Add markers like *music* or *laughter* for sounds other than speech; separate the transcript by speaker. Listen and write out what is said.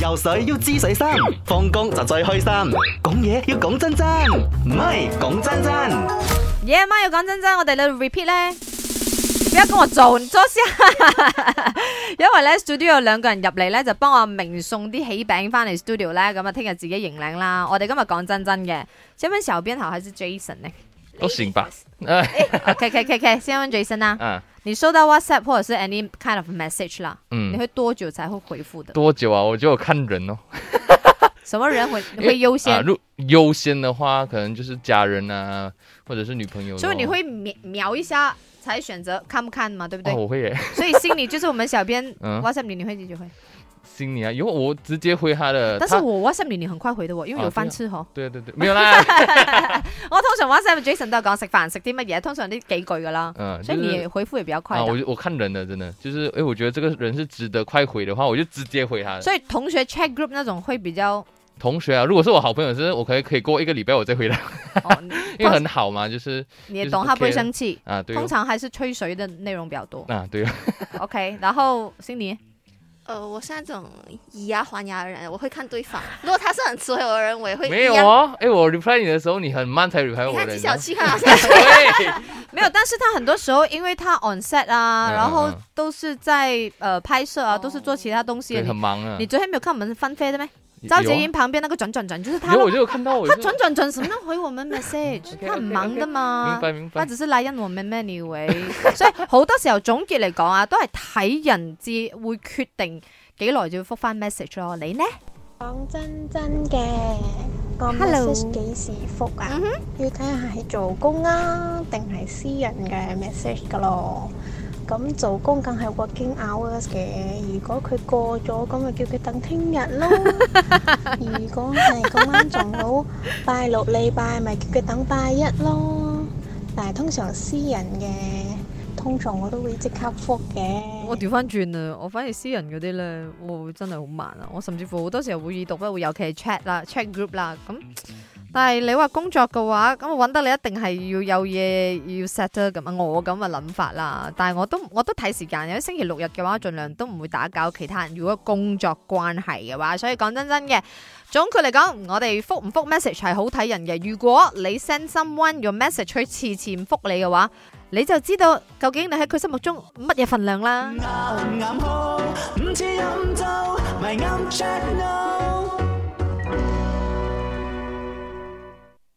Speaker 1: 游水要知水深，放工就最開心。講嘢要講真真，唔係講真真。
Speaker 2: 耶媽要講真真，我哋咧 repeat 咧，不要跟我做咗先， *laughs* 因為咧 studio 有兩個人入嚟咧，就幫我明送啲喜餅翻嚟 studio 咧，咁啊聽日自己認領啦。我哋今日講真真嘅，先問小編好還是 Jason 呢
Speaker 3: 都行吧。哎，
Speaker 2: ？OK OK OK
Speaker 3: *laughs*
Speaker 2: OK，先問 Jason 啊，
Speaker 3: 啊，
Speaker 2: 你收到 WhatsApp 或者是 any kind of message 啦，你
Speaker 3: 嗯，
Speaker 2: 會多久才會回復的？
Speaker 3: 多久啊？我就看人哦。
Speaker 2: 什麼人
Speaker 3: *laughs*
Speaker 2: 會會優
Speaker 3: 啊，
Speaker 2: 先？
Speaker 3: 如优先的话，可能就是家人啊，或者是女朋友咯。
Speaker 2: *laughs*
Speaker 3: 啊
Speaker 2: 所以你会瞄瞄一下才選擇看不看嘛，對不
Speaker 3: 哦，
Speaker 2: 對？
Speaker 3: 我会耶， *laughs*
Speaker 2: 所以心裡就是我們小編
Speaker 3: 嗯
Speaker 2: WhatsApp 你，你會幾久回？
Speaker 3: 心里啊，因为我直接回他的。
Speaker 2: 但是
Speaker 3: 他
Speaker 2: 我 WhatsApp 你，你很快回的我，因為
Speaker 3: 啊
Speaker 2: 有飯吃嗬。
Speaker 3: 对对对，没
Speaker 2: *laughs*
Speaker 3: 有啦。
Speaker 2: 我通常 WhatsApp Jason 都係講食飯食啲乜嘢，通常呢幾句噶啦，
Speaker 3: 嗯，
Speaker 2: 所
Speaker 3: 就
Speaker 2: 以
Speaker 3: 是
Speaker 2: 你回覆也比較快
Speaker 3: 啊，
Speaker 2: 的。
Speaker 3: 我我看人的，真的就是，哎，我觉得这个人是值得快回的话，我就直接回他的。
Speaker 2: 所以同學 check group 那種會比較，
Speaker 3: 同学啊，如果是我好朋友，是我可以可以过一个礼拜我 *laughs* 再回他， *laughs*
Speaker 2: 哦、你
Speaker 3: 因为很好嘛，就是
Speaker 2: 你也懂，他不會生氣。
Speaker 3: 啊，对哦
Speaker 2: 通常還是吹水的內容比較
Speaker 3: *laughs*
Speaker 2: 多。
Speaker 3: 啊，对哦，
Speaker 2: OK，然後心里
Speaker 4: 呃，我是那种以牙还牙的人，我会看对方。如果他是很迟回我的人，我也会
Speaker 3: 没有
Speaker 4: 一样。
Speaker 3: 哦，哎，哦我 reply 你的时候，你很慢才 reply
Speaker 4: 你
Speaker 3: 我
Speaker 4: 看
Speaker 3: 的
Speaker 4: 纪
Speaker 3: 你知
Speaker 4: 晓
Speaker 3: 道，
Speaker 4: 七看好像
Speaker 2: 啊 *laughs*
Speaker 3: 对，
Speaker 2: 沒有，但是他很多時候因為他 on set 啊，
Speaker 3: 嗯
Speaker 2: 然後
Speaker 3: 嗯嗯
Speaker 2: 都是在呃拍攝啊，
Speaker 4: 哦
Speaker 2: 都是做其他東西
Speaker 3: 对，
Speaker 2: 的。
Speaker 3: 很
Speaker 2: 你
Speaker 3: 忙啊
Speaker 2: 你。昨天沒有看我們翻飛的咩？
Speaker 3: 有
Speaker 2: 赵杰英旁邊那個轉轉轉就是
Speaker 3: 然
Speaker 2: 他
Speaker 3: 后
Speaker 2: 咯
Speaker 3: 我，就有看到，我
Speaker 2: 他
Speaker 3: 就
Speaker 2: 轉轉轉什麼樣回我們
Speaker 3: *laughs*
Speaker 2: message？
Speaker 3: OK，OK，OK，
Speaker 2: 他很忙的嘛。
Speaker 3: 明白明白
Speaker 2: 啊他。只是拉因和咩咩你位， *laughs* 所以好多時候總結嚟講啊，都係睇人至會決定幾耐就要覆翻 message 咯。你呢？
Speaker 5: 講真真嘅，個
Speaker 4: Hello
Speaker 5: message 幾時覆啊？要睇下係做工啊，定係私人嘅 message 噶咯。咁做工梗係 working hours 嘅，如果佢過咗，咁咪叫佢等聽日咯。如果係咁啱撞到拜六禮拜，咪叫佢等拜一咯。但係通常私人嘅，通常我都會即刻覆嘅。
Speaker 2: 我調翻轉啊，我反而私人嗰啲咧，我會真係好慢啊。我甚至乎好多時候會已讀不回，尤其係 chat 啦、chat group 啦咁。但係你話工作嘅話，咁我揾得你一定係要有嘢要 set 得咁啊，我咁嘅諗法啦。但係我都我都睇時間，有啲星期六日嘅話，盡量都唔會打攪其他人。如果工作關係嘅話，所以講真真嘅，總括嚟講，我哋覆唔覆 message 係好睇人嘅。如果你 send someone your message 佢遲遲唔覆你嘅話，你就知道究竟你喺佢心目中乜嘢份量啦。
Speaker 1: 啱啱好，唔似飲酒，咪啱 check no。